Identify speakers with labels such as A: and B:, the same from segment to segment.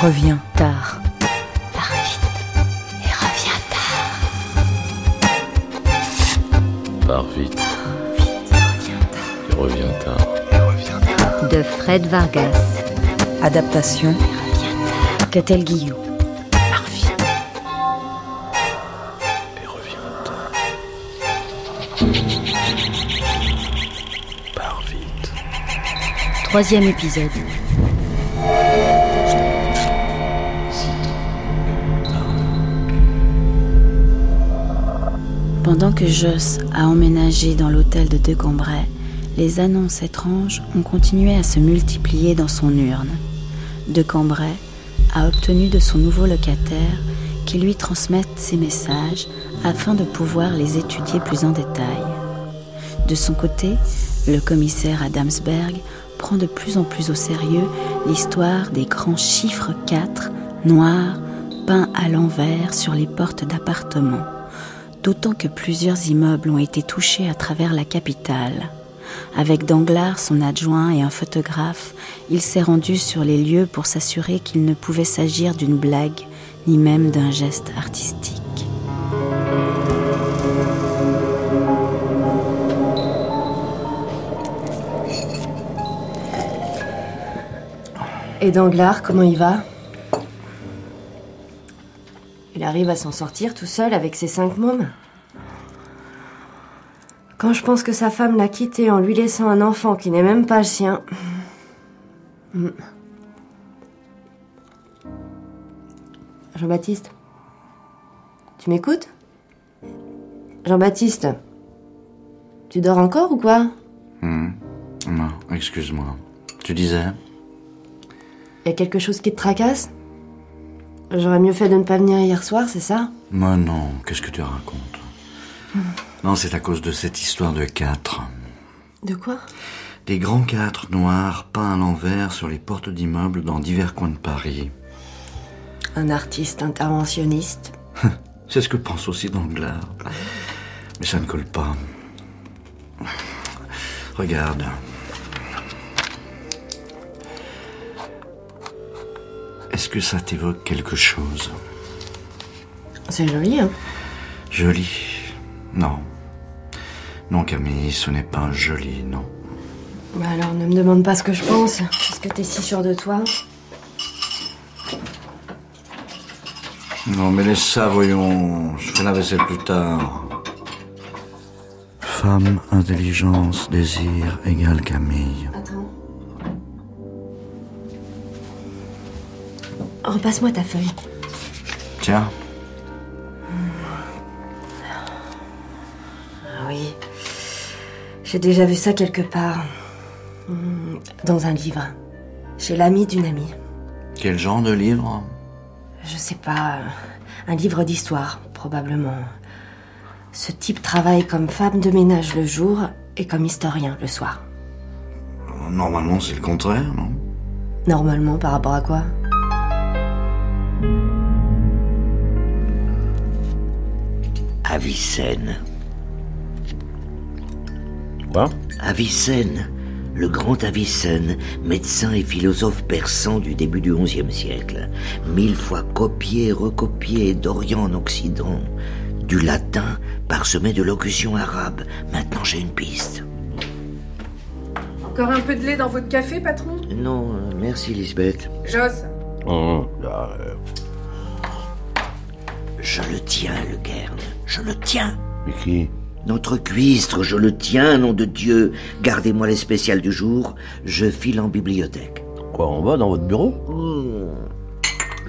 A: Reviens tard.
B: Pars vite et reviens tard.
C: Pars vite
B: Pars vite et reviens tard.
C: et reviens tard.
D: de Fred Vargas.
A: Adaptation
B: Et reviens tard.
A: Catel Guillou.
B: Pars vite.
C: Et reviens tard. Pars vite.
A: Troisième épisode.
E: Pendant que Joss a emménagé dans l'hôtel de De Cambrai, les annonces étranges ont continué à se multiplier dans son urne. De Cambrai a obtenu de son nouveau locataire qu'il lui transmette ses messages afin de pouvoir les étudier plus en détail. De son côté, le commissaire Adamsberg prend de plus en plus au sérieux l'histoire des grands chiffres 4 noirs peints à l'envers sur les portes d'appartements d'autant que plusieurs immeubles ont été touchés à travers la capitale. Avec Danglars, son adjoint et un photographe, il s'est rendu sur les lieux pour s'assurer qu'il ne pouvait s'agir d'une blague, ni même d'un geste artistique.
F: Et Danglars, comment il va Il arrive à s'en sortir tout seul avec ses cinq mômes Quand je pense que sa femme l'a quitté en lui laissant un enfant qui n'est même pas le sien. Hmm. Jean-Baptiste Tu m'écoutes Jean-Baptiste Tu dors encore ou quoi
G: Non, excuse-moi. Tu disais
F: Y a quelque chose qui te tracasse J'aurais mieux fait de ne pas venir hier soir, c'est ça
G: Mais non, qu'est-ce que tu racontes Non, c'est à cause de cette histoire de quatre.
F: De quoi
G: Des grands quatre noirs peints à l'envers sur les portes d'immeubles dans divers coins de Paris.
F: Un artiste interventionniste.
G: C'est ce que pense aussi Danglars. Mais ça ne colle pas. Regarde. Est-ce que ça t'évoque quelque chose
F: C'est joli, hein
G: Joli Non. Non, Camille, ce n'est pas joli, non.
F: Bah alors, ne me demande pas ce que je pense. Est-ce que t'es si sûr de toi
G: Non, mais laisse ça, voyons. Je fais la vaisselle plus tard. Femme, intelligence, désir égale Camille.
F: Attends. Repasse-moi ta feuille.
G: Tiens,
F: Ah oui. J'ai déjà vu ça quelque part. Hmm, Dans un livre. Chez l'ami d'une amie.
G: quel genre de livre
F: Je sais pas. euh, Un livre d'histoire, probablement. Ce type travaille comme femme de ménage le jour et comme historien le soir.
G: Normalement, c'est le contraire, non
F: Normalement, par rapport à quoi
H: Avicenne.
C: Quoi
H: Avicenne, le grand Avicenne, médecin et philosophe persan du début du XIe siècle, mille fois copié, recopié d'Orient en Occident, du latin parsemé de locutions arabes. Maintenant j'ai une piste.
I: Encore un peu de lait dans votre café, patron
H: Non, euh, merci Lisbeth.
I: Joss
C: Hum, hum,
J: Bah,
C: ah, euh,
H: Je le tiens, le Cairn, je le tiens.
C: Mais qui
H: Notre cuistre, je le tiens, nom de Dieu. Gardez-moi les spéciales du jour, je file en bibliothèque.
C: Quoi, en bas, dans votre bureau
H: Oh.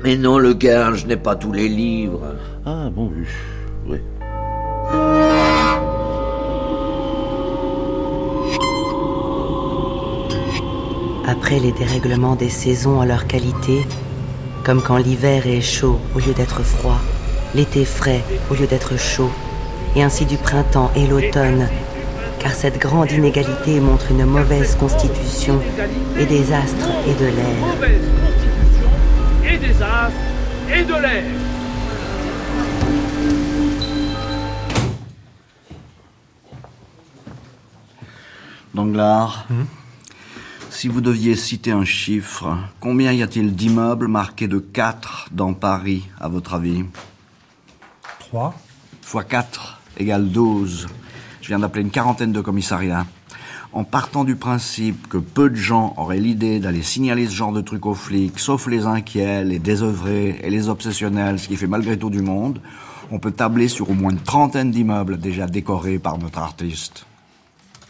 H: Mais non, le Cairn, je n'ai pas tous les livres.
C: Ah, bon vu. Oui.
K: Après les dérèglements des saisons en leur qualité, comme quand l'hiver est chaud au lieu d'être froid, l'été frais au lieu d'être chaud, et ainsi du printemps et l'automne, car cette grande inégalité montre une mauvaise constitution et des astres et de l'air.
L: mauvaise constitution et des astres et de l'air.
G: Danglars, si vous deviez citer un chiffre, combien y a-t-il d'immeubles marqués de 4 dans Paris, à votre avis
M: 3.
G: Fois 4 égale 12. Je viens d'appeler une quarantaine de commissariats. En partant du principe que peu de gens auraient l'idée d'aller signaler ce genre de truc aux flics, sauf les inquiets, les désœuvrés et les obsessionnels, ce qui fait malgré tout du monde, on peut tabler sur au moins une trentaine d'immeubles déjà décorés par notre artiste.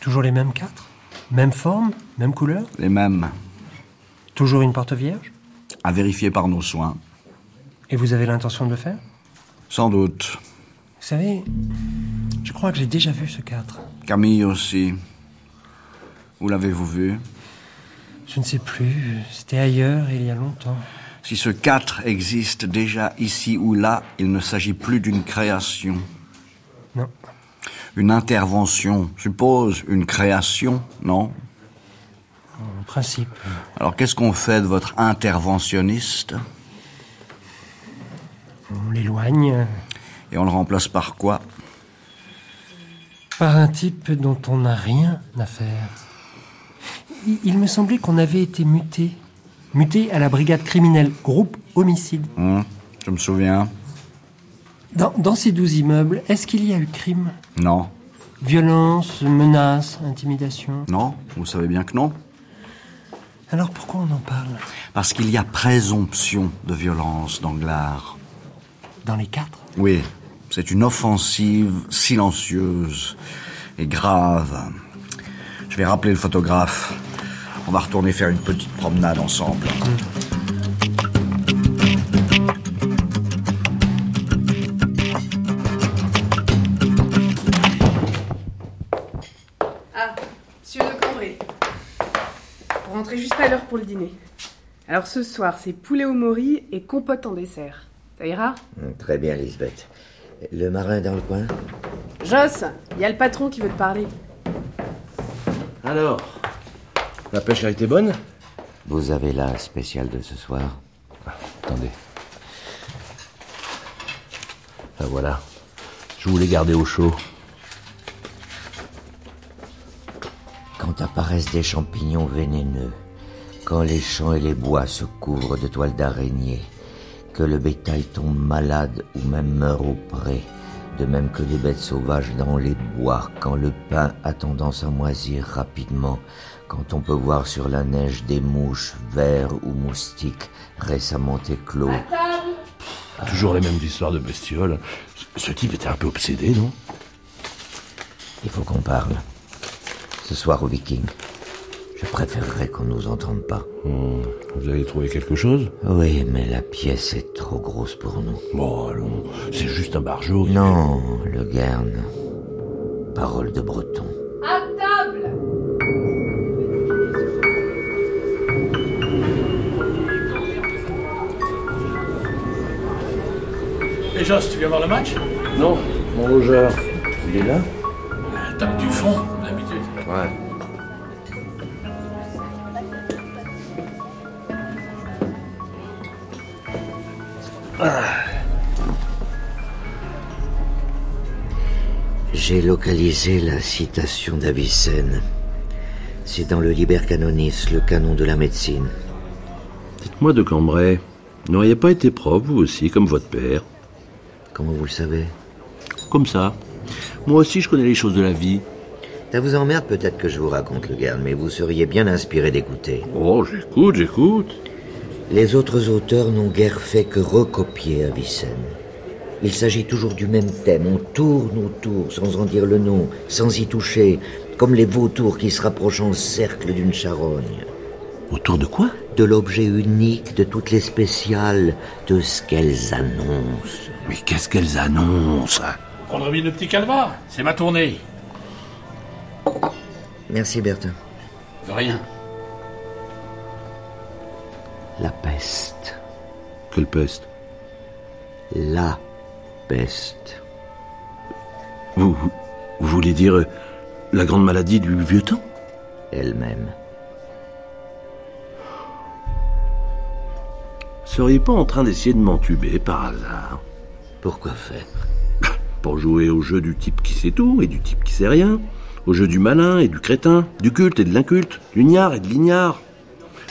M: Toujours les mêmes quatre Même forme Même couleur
G: Les mêmes,
M: Toujours une porte vierge
G: à vérifier par nos soins.
M: Et vous avez l'intention de le faire
G: Sans doute.
M: Vous savez, je crois que j'ai déjà vu ce 4.
G: Camille aussi. Où l'avez-vous vu
M: Je ne sais plus, c'était ailleurs il y a longtemps.
G: Si ce 4 existe déjà ici ou là, il ne s'agit plus d'une création.
M: Non.
G: Une intervention suppose une création, non
M: En principe.
G: Alors qu'est-ce qu'on fait de votre interventionniste
M: On l'éloigne
G: Et on le remplace par quoi
M: par un type dont on n'a rien à faire. Il, il me semblait qu'on avait été muté. Muté à la brigade criminelle, groupe homicide.
G: Hum, Je me souviens.
M: Dans, dans ces douze immeubles, est-ce qu'il y a eu crime
G: Non.
M: Violence, menace, intimidation
G: Non, vous savez bien que non.
M: Alors pourquoi on en parle
G: Parce qu'il y a présomption de violence dans Glare.
M: Dans les quatre
G: Oui, c'est une offensive silencieuse et grave. Je vais rappeler le photographe. On va retourner faire une petite promenade ensemble.
I: Ah, monsieur de Cambrai. Vous rentrez juste à l'heure pour le dîner. Alors ce soir, c'est poulet au mori et compote en dessert. Ça ira
H: Hum, Très bien, Lisbeth. Le marin dans le coin
I: Joss, il y a le patron qui veut te parler.
J: Alors, la pêche a été bonne
H: Vous avez la spéciale de ce soir
J: Attendez. Ah voilà. Je voulais garder au chaud.
H: Quand apparaissent des champignons vénéneux, quand les champs et les bois se couvrent de toiles d'araignée, que le bétail tombe malade ou même meurt au pré, de même que les bêtes sauvages dans les bois, quand le pain a tendance à moisir rapidement, quand on peut voir sur la neige des mouches, vers ou moustiques récemment éclos. Ah.
J: Toujours les mêmes histoires de bestioles. Ce- Ce type était un peu obsédé, non
H: Il faut qu'on parle. Ce soir au Viking. Je préférerais qu'on nous entende pas.
J: Vous avez trouvé quelque chose
H: Oui, mais la pièce est trop grosse pour nous.
J: Bon, allons, c'est juste un barjot.
H: Non, le Guerne. Parole de breton.
I: À table
L: Et Joss, tu viens voir le match
J: Non, mon logeur. Il est là
L: Tape du fond, comme d'habitude.
J: Ouais.
H: J'ai localisé la citation d'Avicenne. C'est dans le Liber Canonis, le canon de la médecine.
J: Dites-moi de Cambrai, n'auriez pas été prof, vous aussi, comme votre père
H: Comment vous le savez
J: Comme ça. Moi aussi, je connais les choses de la vie.
H: Ça vous emmerde peut-être que je vous raconte le Guerne, mais vous seriez bien inspiré d'écouter.
J: Oh, j'écoute, j'écoute.
H: Les autres auteurs n'ont guère fait que recopier Avicenne. Il s'agit toujours du même thème, on tourne autour sans en dire le nom, sans y toucher, comme les vautours qui se rapprochent en cercle d'une charogne.
J: Autour de quoi
H: De l'objet unique, de toutes les spéciales, de ce qu'elles annoncent.
J: Mais qu'est-ce qu'elles annoncent hein
L: Prendre bien le petit calva, c'est ma tournée.
H: Merci Bertin.
L: De rien.
H: La peste.
J: Quelle peste
H: La peste.
J: Vous, vous, vous voulez dire euh, la grande maladie du vieux temps
H: Elle-même.
J: Seriez pas en train d'essayer de m'entuber par hasard
H: Pourquoi faire
J: Pour jouer au jeu du type qui sait tout et du type qui sait rien au jeu du malin et du crétin, du culte et de l'inculte, du gnard et de l'ignard.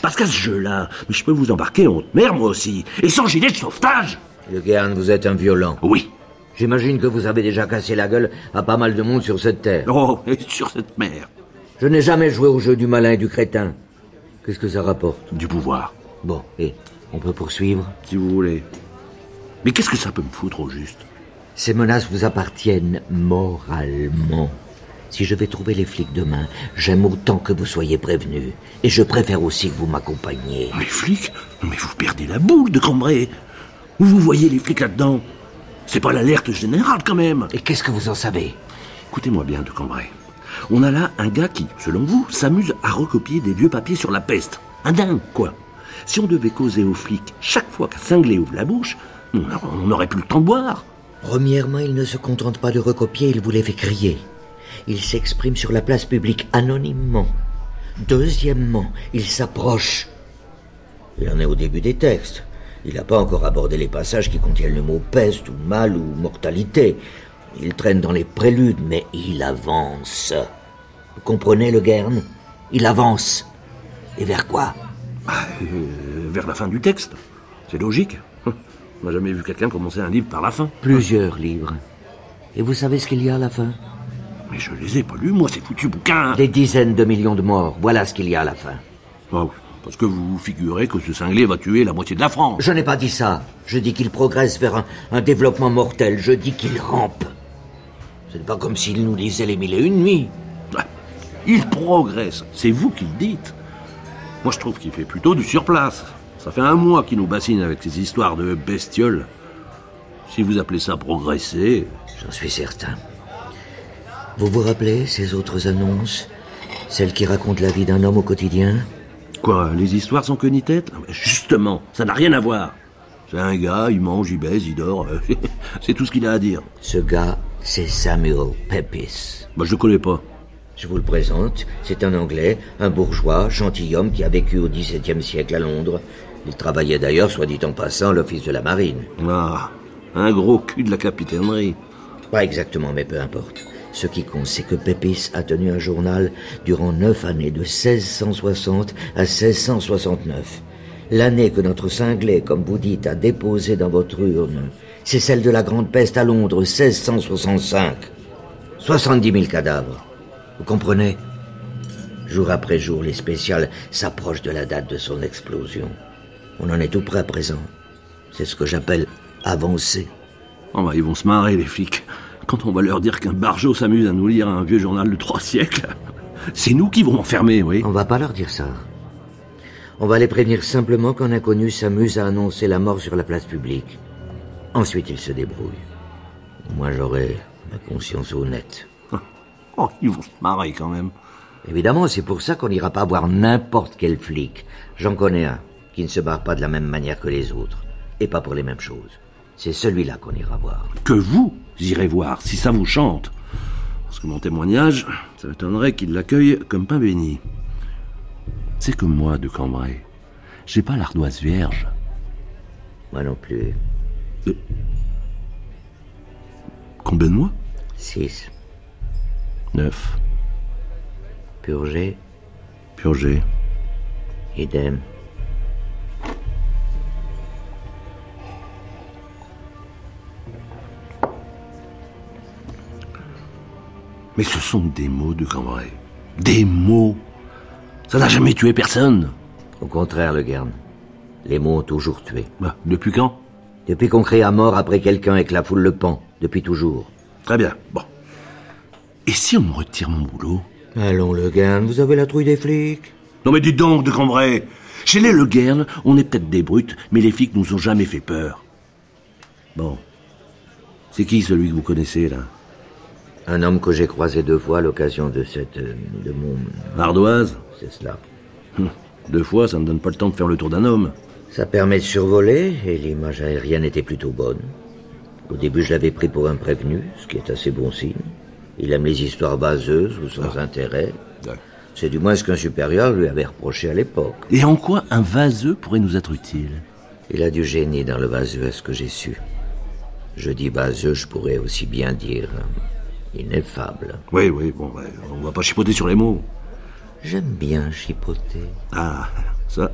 J: Parce qu'à ce jeu-là, mais je peux vous embarquer en haute mer, moi aussi, et sans gilet de sauvetage
H: Le Guérin, vous êtes un violent.
J: Oui.
H: J'imagine que vous avez déjà cassé la gueule à pas mal de monde sur cette terre.
J: Oh, et sur cette mer.
H: Je n'ai jamais joué au jeu du malin et du crétin. Qu'est-ce que ça rapporte
J: Du pouvoir.
H: Bon, et on peut poursuivre
J: Si vous voulez. Mais qu'est-ce que ça peut me foutre au juste
H: Ces menaces vous appartiennent moralement. Si je vais trouver les flics demain, j'aime autant que vous soyez prévenus. Et je préfère aussi que vous m'accompagniez.
J: Les flics Non mais vous perdez la boule de Cambrai Où vous voyez les flics là-dedans C'est pas l'alerte générale quand même
H: Et qu'est-ce que vous en savez
J: Écoutez-moi bien de Cambrai. On a là un gars qui, selon vous, s'amuse à recopier des vieux papiers sur la peste. Un dingue, quoi. Si on devait causer aux flics chaque fois qu'un cinglé ouvre la bouche, on n'aurait plus le temps de boire.
H: Premièrement, il ne se contente pas de recopier, il vous les fait crier. Il s'exprime sur la place publique anonymement. Deuxièmement, il s'approche. Il en est au début des textes. Il n'a pas encore abordé les passages qui contiennent le mot peste ou mal ou mortalité. Il traîne dans les préludes, mais il avance. Vous comprenez le Guerne Il avance. Et vers quoi
J: Euh, Vers la fin du texte. C'est logique. On n'a jamais vu quelqu'un commencer un livre par la fin.
H: Plusieurs livres. Et vous savez ce qu'il y a à la fin
J: Mais je les ai pas lus, moi, ces foutus bouquins.
H: Des dizaines de millions de morts. Voilà ce qu'il y a à la fin.
J: Oh, parce que vous vous figurez que ce cinglé va tuer la moitié de la France.
H: Je n'ai pas dit ça. Je dis qu'il progresse vers un, un développement mortel. Je dis qu'il rampe. Ce n'est pas comme s'il nous lisait les mille et une nuits.
J: Ah, Il progresse. C'est vous qui le dites. Moi, je trouve qu'il fait plutôt du surplace. Ça fait un mois qu'il nous bassine avec ces histoires de bestioles. Si vous appelez ça progresser,
H: J'en suis certain. Vous vous rappelez ces autres annonces Celles qui racontent la vie d'un homme au quotidien
J: Quoi, les histoires sans queue ni tête Ah, mais Justement, ça n'a rien à voir. C'est un gars, il mange, il baise, il dort. c'est tout ce qu'il a à dire.
H: Ce gars, c'est Samuel Pepys.
J: Bah, je le connais pas.
H: Je vous le présente, c'est un Anglais, un bourgeois, gentilhomme qui a vécu au XVIIe siècle à Londres. Il travaillait d'ailleurs, soit dit en passant, à l'office de la marine.
J: Ah, un gros cul de la capitainerie.
H: Pas exactement, mais peu importe. Ce qui compte, c'est que Pépis a tenu un journal durant neuf années, de 1660 à 1669. L'année que notre cinglé, comme vous dites, a déposé dans votre urne, c'est celle de la Grande Peste à Londres, 1665. 70 000 cadavres. Vous comprenez Jour après jour, les spéciales s'approchent de la date de son explosion. On en est tout près à présent. C'est ce que j'appelle avancer.
J: Oh, bah, ils vont se marrer, les flics. Quand on va leur dire qu'un bargeot s'amuse à nous lire un vieux journal de trois siècles, c'est nous qui vont enfermer, oui.
H: On va pas leur dire ça. On va les prévenir simplement qu'un inconnu s'amuse à annoncer la mort sur la place publique. Ensuite, ils se débrouillent. Moi, j'aurai ma conscience honnête.
J: Oh, ils vont se marrer quand même.
H: Évidemment, c'est pour ça qu'on n'ira pas voir n'importe quel flic. J'en connais un qui ne se barre pas de la même manière que les autres et pas pour les mêmes choses. C'est celui-là qu'on ira voir.
J: Que vous irez voir, si ça vous chante. Parce que mon témoignage, ça m'étonnerait qu'ils l'accueillent comme pain béni. C'est que moi, de Cambrai, j'ai pas l'ardoise vierge.
H: Moi non plus.
J: Combien de mois
H: Six.
J: Neuf.
H: Purgé,
J: Purgé.
H: idem.
J: Mais ce sont des mots de Cambrai. Des mots Ça n'a jamais tué personne
H: Au contraire, Le Guerne. Les mots ont toujours tué.
J: Bah, Depuis quand
H: Depuis qu'on crée à mort après quelqu'un et que la foule le pend, depuis toujours.
J: Très bien, bon. Et si on me retire mon boulot
H: Allons, Le Guerne, vous avez la trouille des flics
J: Non mais dis donc, de Cambrai Chez les Le Guern, on est peut-être des brutes, mais les flics nous ont jamais fait peur. Bon. C'est qui celui que vous connaissez, là
H: Un homme que j'ai croisé deux fois à l'occasion de cette. euh, de mon.
J: Ardoise
H: C'est cela.
J: Hum, Deux fois, ça ne donne pas le temps de faire le tour d'un homme.
H: Ça permet de survoler et l'image aérienne était plutôt bonne. Au début, je l'avais pris pour un prévenu, ce qui est assez bon signe. Il aime les histoires baseuses ou sans intérêt. C'est du moins ce qu'un supérieur lui avait reproché à l'époque.
J: Et en quoi un vaseux pourrait nous être utile
H: Il a du génie dans le vaseux, à ce que j'ai su. Je dis vaseux, je pourrais aussi bien dire euh, ineffable.
J: Oui, oui, bon, ouais, on va pas chipoter sur les mots.
H: J'aime bien chipoter.
J: Ah, ça,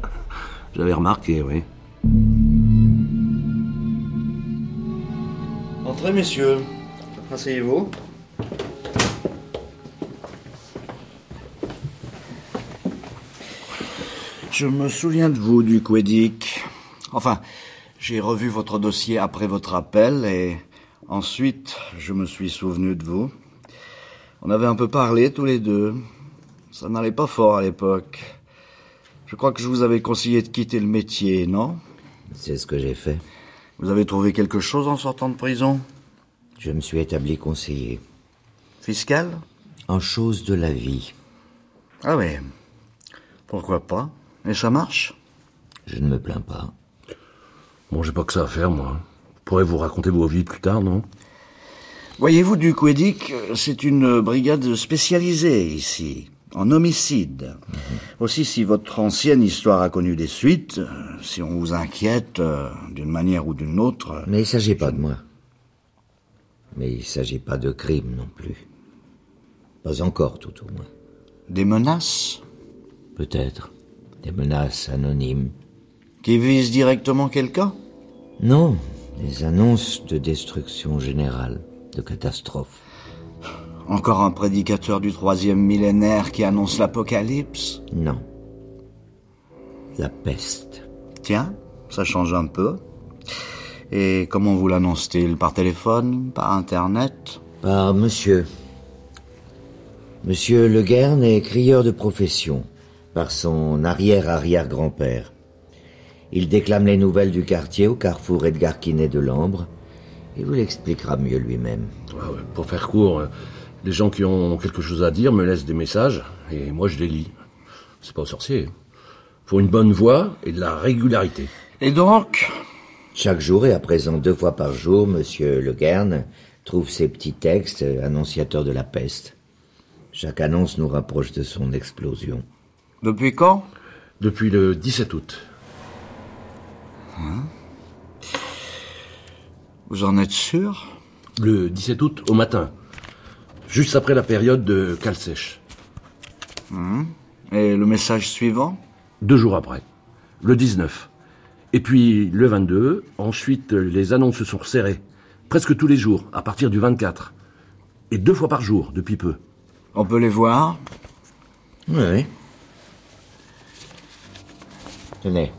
J: j'avais remarqué, oui.
G: Entrez, messieurs. Asseyez-vous. Je me souviens de vous, du Quédic. Enfin, j'ai revu votre dossier après votre appel et ensuite, je me suis souvenu de vous. On avait un peu parlé tous les deux. Ça n'allait pas fort à l'époque. Je crois que je vous avais conseillé de quitter le métier, non
H: C'est ce que j'ai fait.
G: Vous avez trouvé quelque chose en sortant de prison
H: Je me suis établi conseiller.
G: Fiscal
H: En chose de la vie.
G: Ah oui. Pourquoi pas Et ça marche
H: Je ne me plains pas.
J: Bon, j'ai pas que ça à faire, moi. Je pourrais vous raconter vos vies plus tard, non
G: Voyez-vous, du Quédic, c'est une brigade spécialisée ici, en homicide. Aussi, si votre ancienne histoire a connu des suites, euh, si on vous inquiète euh, d'une manière ou d'une autre, euh,
H: Mais il s'agit pas de moi. Mais il s'agit pas de crime non plus. Pas encore, tout au moins.
G: des menaces
H: Peut-être. Des menaces anonymes.
G: qui visent directement quelqu'un
H: Non, des annonces de destruction générale, de catastrophe.
G: Encore un prédicateur du troisième millénaire qui annonce l'apocalypse
H: Non. La peste.
G: Tiens, ça change un peu. Et comment vous l'annonce-t-il Par téléphone Par Internet
H: Par monsieur. Monsieur Le Guern est crieur de profession, par son arrière-arrière-grand-père. Il déclame les nouvelles du quartier au carrefour Edgar Quinet de Lambre. Il vous l'expliquera mieux lui-même.
J: Ah ouais, Pour faire court, euh, les gens qui ont quelque chose à dire me laissent des messages et moi je les lis. C'est pas aux sorciers. Faut une bonne voix et de la régularité.
G: Et donc
H: Chaque jour et à présent deux fois par jour, monsieur Le Guern trouve ses petits textes euh, annonciateurs de la peste. Chaque annonce nous rapproche de son explosion.
G: Depuis quand
J: Depuis le 17 août.
G: Vous en êtes sûr
J: Le 17 août au matin. Juste après la période de cale sèche.
G: Et le message suivant
J: Deux jours après. Le 19. Et puis le 22. Ensuite, les annonces se sont resserrées. Presque tous les jours, à partir du 24. Et deux fois par jour, depuis peu.
G: On peut les voir
H: Oui. Tenez.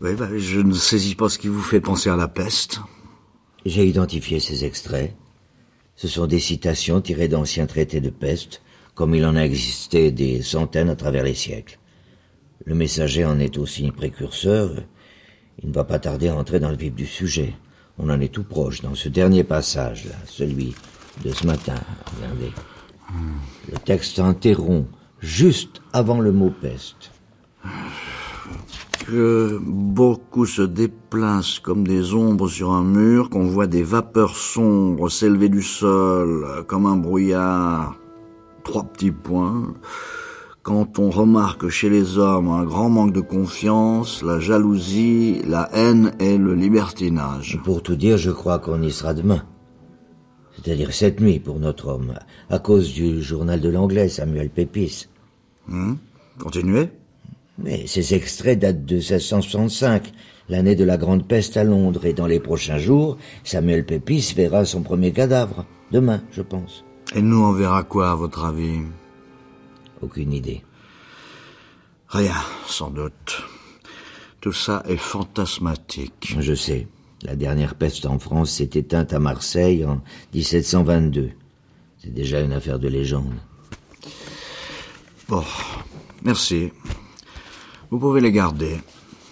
G: Oui, bah, je ne saisis pas ce qui vous fait penser à la peste.
H: J'ai identifié ces extraits. Ce sont des citations tirées d'anciens traités de peste, comme il en a existé des centaines à travers les siècles. Le messager en est aussi précurseur. Il ne va pas tarder à entrer dans le vif du sujet. On en est tout proche dans ce dernier passage, là, celui de ce matin. Regardez. Le texte interrompt juste avant le mot peste.
G: Que beaucoup se déplacent comme des ombres sur un mur, qu'on voit des vapeurs sombres s'élever du sol, euh, comme un brouillard. Trois petits points. Quand on remarque chez les hommes un grand manque de confiance, la jalousie, la haine et le libertinage.
H: Pour tout dire, je crois qu'on y sera demain. C'est-à-dire cette nuit pour notre homme, à cause du journal de l'anglais Samuel Pépis.
G: Continuez.
H: Mais ces extraits datent de 1665, l'année de la Grande Peste à Londres, et dans les prochains jours, Samuel Pépis verra son premier cadavre. Demain, je pense.
G: Et nous, on verra quoi, à votre avis
H: Aucune idée.
G: Rien, sans doute. Tout ça est fantasmatique.
H: Je sais. La dernière peste en France s'est éteinte à Marseille en 1722. C'est déjà une affaire de légende.
G: Bon, merci. Vous pouvez les garder.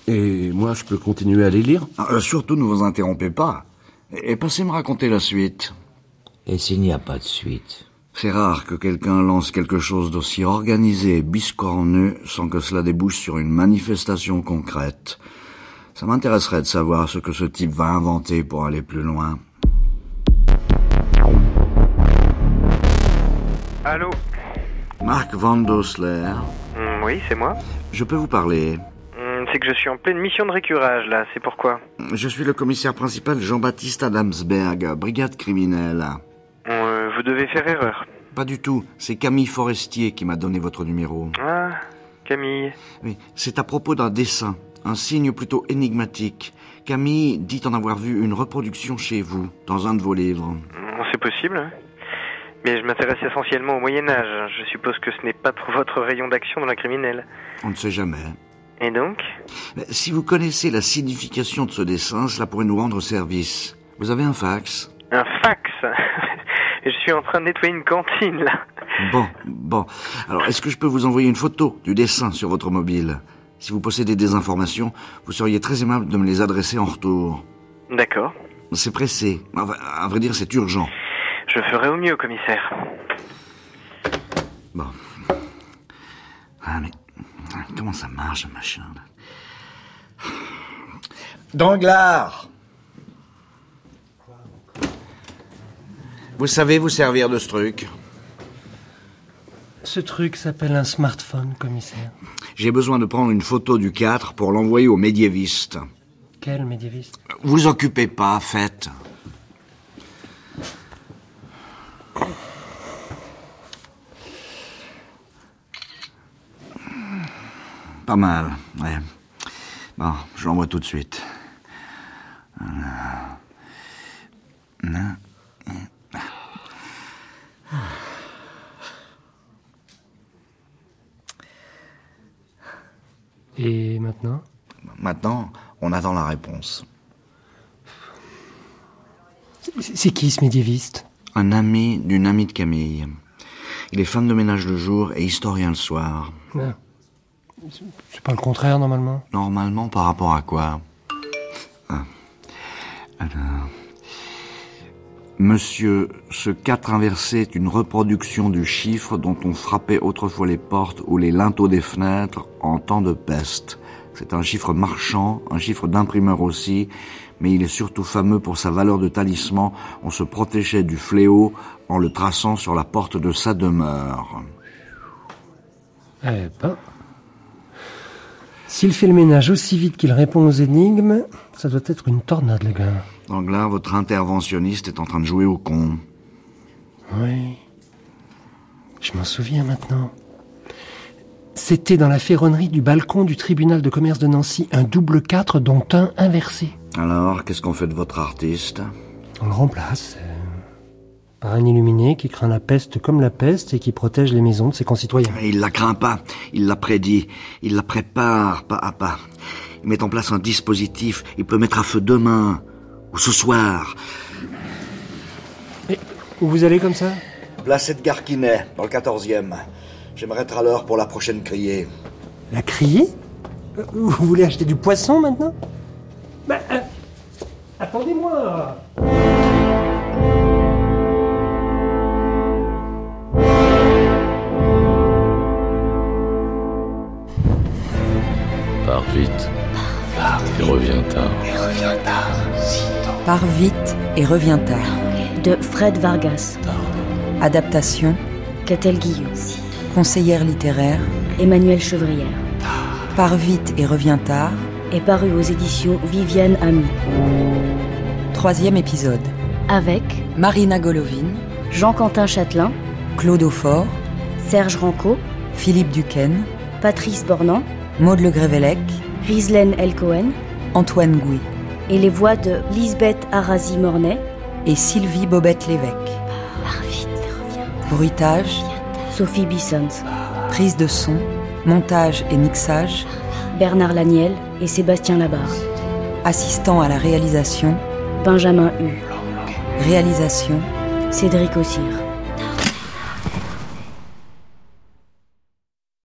J: Et moi, je peux continuer à les lire
G: Ah, euh, surtout, ne vous interrompez pas. Et, et passez me raconter la suite.
H: Et s'il n'y a pas de suite
G: C'est rare que quelqu'un lance quelque chose d'aussi organisé et biscorneux sans que cela débouche sur une manifestation concrète. Ça m'intéresserait de savoir ce que ce type va inventer pour aller plus loin.
N: Allô
G: Marc Van Dosler,
N: Mm, Oui, c'est moi.
G: je peux vous parler
N: Mm, c'est que je suis en pleine mission de récurage, là, c'est pourquoi.
G: Je suis le commissaire principal Jean-Baptiste Adamsberg, brigade criminelle.
N: Euh, vous devez faire erreur.
G: Pas du tout, c'est Camille Forestier qui m'a donné votre numéro.
N: Ah, Camille.
G: Oui, c'est à propos d'un dessin, un signe plutôt énigmatique. Camille dit en avoir vu une reproduction chez vous, dans un de vos livres.
N: Bon, C'est possible. hein. Mais je m'intéresse essentiellement au Moyen-Âge. Je suppose que ce n'est pas trop votre rayon d'action dans la criminelle.
G: On ne sait jamais.
N: Et donc
G: Mais Si vous connaissez la signification de ce dessin, cela pourrait nous rendre service. Vous avez un fax
N: Un fax Je suis en train de nettoyer une cantine, là.
G: Bon, bon. Alors, est-ce que je peux vous envoyer une photo du dessin sur votre mobile Si vous possédez des informations, vous seriez très aimable de me les adresser en retour.
N: D'accord.
G: C'est pressé. Enfin, à vrai dire, c'est urgent.
N: Je ferai au mieux, commissaire.
G: Bon. Ah, mais comment ça marche, machin là Danglars Vous savez vous servir de ce truc
M: Ce truc s'appelle un smartphone, commissaire.
G: J'ai besoin de prendre une photo du 4 pour l'envoyer aux médiévistes.
M: Quel médiéviste
G: Vous occupez pas, faites. Pas mal, ouais. Bon, je l'envoie tout de suite. Voilà. Hein, hein.
M: Et maintenant
G: Maintenant, on attend la réponse.
M: C'est qui ce médiéviste
G: Un ami d'une amie de Camille. Il est femme de ménage le jour et historien le soir.
M: Ah. C'est pas le contraire, normalement
G: Normalement, par rapport à quoi Ah. Alors. Monsieur, ce 4 inversé est une reproduction du chiffre dont on frappait autrefois les portes ou les linteaux des fenêtres en temps de peste. C'est un chiffre marchand, un chiffre d'imprimeur aussi, mais il est surtout fameux pour sa valeur de talisman. On se protégeait du fléau en le traçant sur la porte de sa demeure.
M: Eh ben. S'il fait le ménage aussi vite qu'il répond aux énigmes, ça doit être une tornade, le gars.
G: Donc là, votre interventionniste est en train de jouer au con.
M: Oui. Je m'en souviens maintenant. C'était dans la ferronnerie du balcon du tribunal de commerce de Nancy, un double 4 dont un inversé.
G: Alors, qu'est-ce qu'on fait de votre artiste
M: On le remplace euh, par un illuminé qui craint la peste comme la peste et qui protège les maisons de ses concitoyens.
G: Il la craint pas, il la prédit, il la prépare pas à pas. Il met en place un dispositif, il peut mettre à feu demain ou ce soir.
M: Et où vous allez comme ça
G: Place de Garquinet, dans le 14e. J'aimerais être à l'heure pour la prochaine criée.
M: La criée Euh, Vous voulez acheter du poisson maintenant Bah, euh, attendez-moi
O: Pars vite. Et reviens tard.
B: Et reviens tard.
A: Pars vite et reviens tard.
E: De Fred Vargas.
A: Adaptation
E: Catel Guillot.
A: Conseillère littéraire
E: Emmanuel Chevrière.
A: Pars vite et reviens tard.
E: Est paru aux éditions Viviane Ami.
A: Troisième épisode.
E: Avec
A: Marina Golovine,
E: Jean-Quentin Châtelain,
A: Claude Aufort,
E: Serge Ranco,
A: Philippe Duquesne,
E: Patrice Bornan,
A: Maude Le Grévelec,
E: Rislaine Elcohen
A: Antoine Gouy
E: et les voix de Lisbeth Arasi-Mornay,
A: et Sylvie Bobette-Lévesque.
B: Pars vite et reviens tard.
A: Bruitage,
E: Sophie Bissons,
A: prise de son, montage et mixage,
E: Bernard Laniel et Sébastien Labarre,
A: assistant à la réalisation,
E: Benjamin Hu,
A: réalisation
E: Cédric Ossire.